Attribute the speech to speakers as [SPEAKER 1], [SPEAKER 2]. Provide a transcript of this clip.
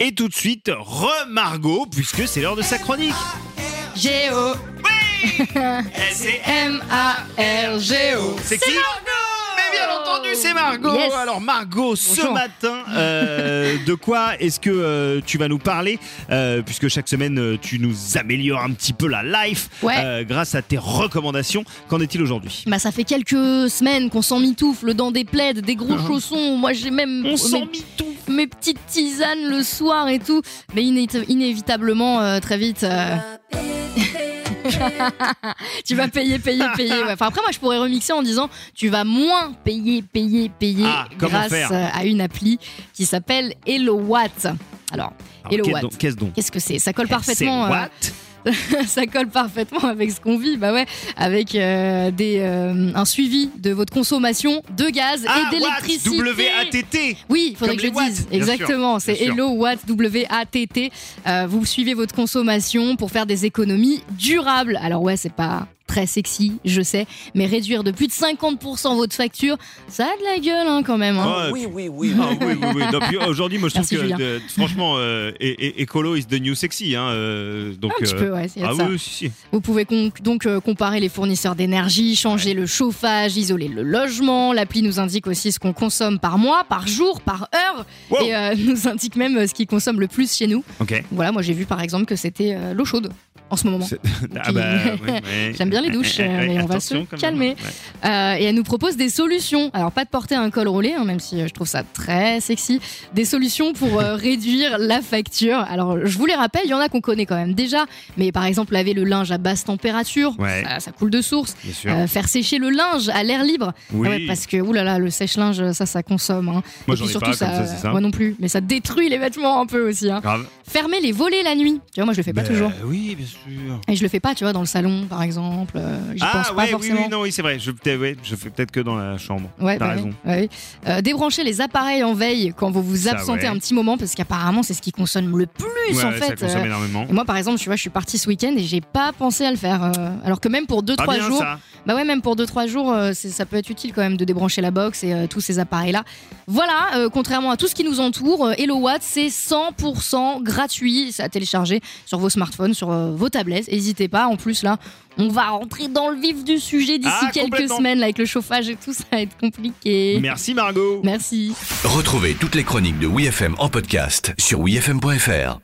[SPEAKER 1] Et tout de suite, re-Margot, puisque c'est l'heure de sa chronique.
[SPEAKER 2] Géo.
[SPEAKER 1] C'est
[SPEAKER 2] M-A-R-G-O.
[SPEAKER 1] C'est qui Mais bien entendu, c'est Margot.
[SPEAKER 2] Yes.
[SPEAKER 1] Alors Margot, ce
[SPEAKER 2] Bonjour.
[SPEAKER 1] matin, euh, de quoi est-ce que euh, tu vas nous parler Euh, Puisque chaque semaine, euh, tu nous améliores un petit peu la life
[SPEAKER 2] Ouais.
[SPEAKER 1] euh, grâce à tes recommandations. Qu'en est-il aujourd'hui
[SPEAKER 2] Bah ça fait quelques semaines qu'on s'en mitoufle dans des plaids, des gros
[SPEAKER 1] Ah.
[SPEAKER 2] chaussons. Moi j'ai même mes,
[SPEAKER 1] tout.
[SPEAKER 2] mes petites tisanes le soir et tout. Mais iné- inévitablement euh, très vite, euh, tu vas payer, payer, payer. ouais. Enfin après moi je pourrais remixer en disant tu vas moins payer, payer, payer
[SPEAKER 1] Ah, comment
[SPEAKER 2] grâce
[SPEAKER 1] faire
[SPEAKER 2] euh, à une appli qui s'appelle Hello Watt.
[SPEAKER 1] Alors,
[SPEAKER 2] Alors Hello
[SPEAKER 1] qu'est-
[SPEAKER 2] What
[SPEAKER 1] donc- Qu'est-ce donc
[SPEAKER 2] qu'est-ce que c'est Ça colle
[SPEAKER 1] Eh, C'est
[SPEAKER 2] parfaitement. euh,
[SPEAKER 1] what
[SPEAKER 2] ça colle parfaitement avec ce qu'on vit, bah ouais, avec euh, des, euh, un suivi de votre consommation de gaz
[SPEAKER 1] Ah,
[SPEAKER 2] et
[SPEAKER 1] what
[SPEAKER 2] d'électricité.
[SPEAKER 1] W-A-T-T
[SPEAKER 2] Oui, il faudrait
[SPEAKER 1] Comme
[SPEAKER 2] que je
[SPEAKER 1] les
[SPEAKER 2] dise.
[SPEAKER 1] watts, bien sûr,
[SPEAKER 2] Exactement, c'est
[SPEAKER 1] bien sûr.
[SPEAKER 2] Hello Watt, W-A-T-T. Euh, vous suivez votre consommation pour faire des économies durables. Alors ouais, c'est pas très sexy, je sais, mais réduire de plus de 50% votre facture, ça a de la gueule hein, quand même. hein.
[SPEAKER 1] Ah,
[SPEAKER 3] Oui, oui, oui.
[SPEAKER 1] Ah oui, oui, oui. Non, puis aujourd'hui, moi, je trouve
[SPEAKER 2] Merci,
[SPEAKER 1] que,
[SPEAKER 2] Julien.
[SPEAKER 1] de- franchement, euh, é- é- écolo is the new sexy. Hein, euh, donc,
[SPEAKER 2] Un petit
[SPEAKER 1] euh,
[SPEAKER 2] peu, ouais, c'est
[SPEAKER 1] Ah
[SPEAKER 2] ça.
[SPEAKER 1] oui, si, si.
[SPEAKER 2] Vous pouvez con- donc euh, comparer les fournisseurs d'énergie, changer le chauffage, isoler le logement. L'appli nous indique aussi ce qu'on consomme par mois, par jour, par heure.
[SPEAKER 1] Wow.
[SPEAKER 2] Et euh, nous indique même euh, ce qui consomme le plus chez nous.
[SPEAKER 1] Ok.
[SPEAKER 2] Voilà, moi j'ai vu par exemple que c'était euh, l'eau chaude en ce moment.
[SPEAKER 1] C'est- Ah bah, ouais, ouais.
[SPEAKER 2] J'aime bien les douches,
[SPEAKER 1] Ouais,
[SPEAKER 2] euh, mais
[SPEAKER 1] ouais,
[SPEAKER 2] on va
[SPEAKER 1] attention
[SPEAKER 2] se
[SPEAKER 1] quand même. hein.
[SPEAKER 2] calmer.
[SPEAKER 1] Ouais.
[SPEAKER 2] Euh, et elle nous propose des solutions. Alors pas de porter un col roulé, hein, même si euh, je trouve ça très sexy. Des solutions pour euh, réduire la facture. Alors je vous les rappelle, il y en a qu'on connaît quand même déjà. Mais par exemple laver le linge à basse température,
[SPEAKER 1] Ouais.
[SPEAKER 2] ça, ça coule de source.
[SPEAKER 1] Bien sûr.
[SPEAKER 2] Euh, faire sécher le linge à l'air libre.
[SPEAKER 1] oui.
[SPEAKER 2] Ah ouais, parce que oulala, le sèche-linge, ça, ça consomme. hein.
[SPEAKER 1] Moi, j'en
[SPEAKER 2] Et puis
[SPEAKER 1] ai
[SPEAKER 2] surtout,
[SPEAKER 1] pas comme ça, c'est ça.
[SPEAKER 2] Moi non plus, mais ça détruit les vêtements un peu aussi. hein.
[SPEAKER 1] Grave.
[SPEAKER 2] Fermer les volets la nuit. Tu vois, moi, je le fais pas
[SPEAKER 1] Bah,
[SPEAKER 2] toujours.
[SPEAKER 1] Oui, bien sûr.
[SPEAKER 2] Et je le fais pas, tu vois, dans le salon, par exemple. euh, J'y pense
[SPEAKER 1] Ah
[SPEAKER 2] pas
[SPEAKER 1] ouais, oui,
[SPEAKER 2] forcément.
[SPEAKER 1] oui, non, oui, c'est vrai. Je, peut-être- ouais, je fais peut-être que dans la chambre.
[SPEAKER 2] Ouais,
[SPEAKER 1] T'as
[SPEAKER 2] bah
[SPEAKER 1] raison.
[SPEAKER 2] ouais, ouais. Euh, débrancher les appareils en veille quand vous vous
[SPEAKER 1] Ça,
[SPEAKER 2] absentez
[SPEAKER 1] ouais.
[SPEAKER 2] un petit moment, parce qu'apparemment, c'est ce qui consomme le plus,
[SPEAKER 1] Ouais,
[SPEAKER 2] en
[SPEAKER 1] ouais, ça
[SPEAKER 2] fait.
[SPEAKER 1] consomme
[SPEAKER 2] Euh,
[SPEAKER 1] énormément.
[SPEAKER 2] et moi, par exemple, tu vois, je suis partie ce week-end et j'ai pas pensé à le faire. euh, alors que même pour 2-3
[SPEAKER 1] Pas Ah, bien
[SPEAKER 2] jours,
[SPEAKER 1] ça.
[SPEAKER 2] Bah ouais, même pour 2-3 jours, euh, c'est- ça peut être utile quand même de débrancher la box et euh, tous ces appareils-là. Voilà, euh, contrairement à tout ce qui nous entoure, euh, Hello Watt, c'est 100% gratuit. C'est à télécharger sur vos smartphones, sur euh, vos tablettes. N'hésitez pas. En plus, là, on va rentrer dans le vif du sujet d'ici
[SPEAKER 1] Ah,
[SPEAKER 2] quelques
[SPEAKER 1] complètement.
[SPEAKER 2] semaines. là, avec le chauffage et tout, ça va être compliqué.
[SPEAKER 1] Merci Margot.
[SPEAKER 2] Merci.
[SPEAKER 3] Retrouvez toutes les chroniques de WeFM en podcast sur wefm.fr.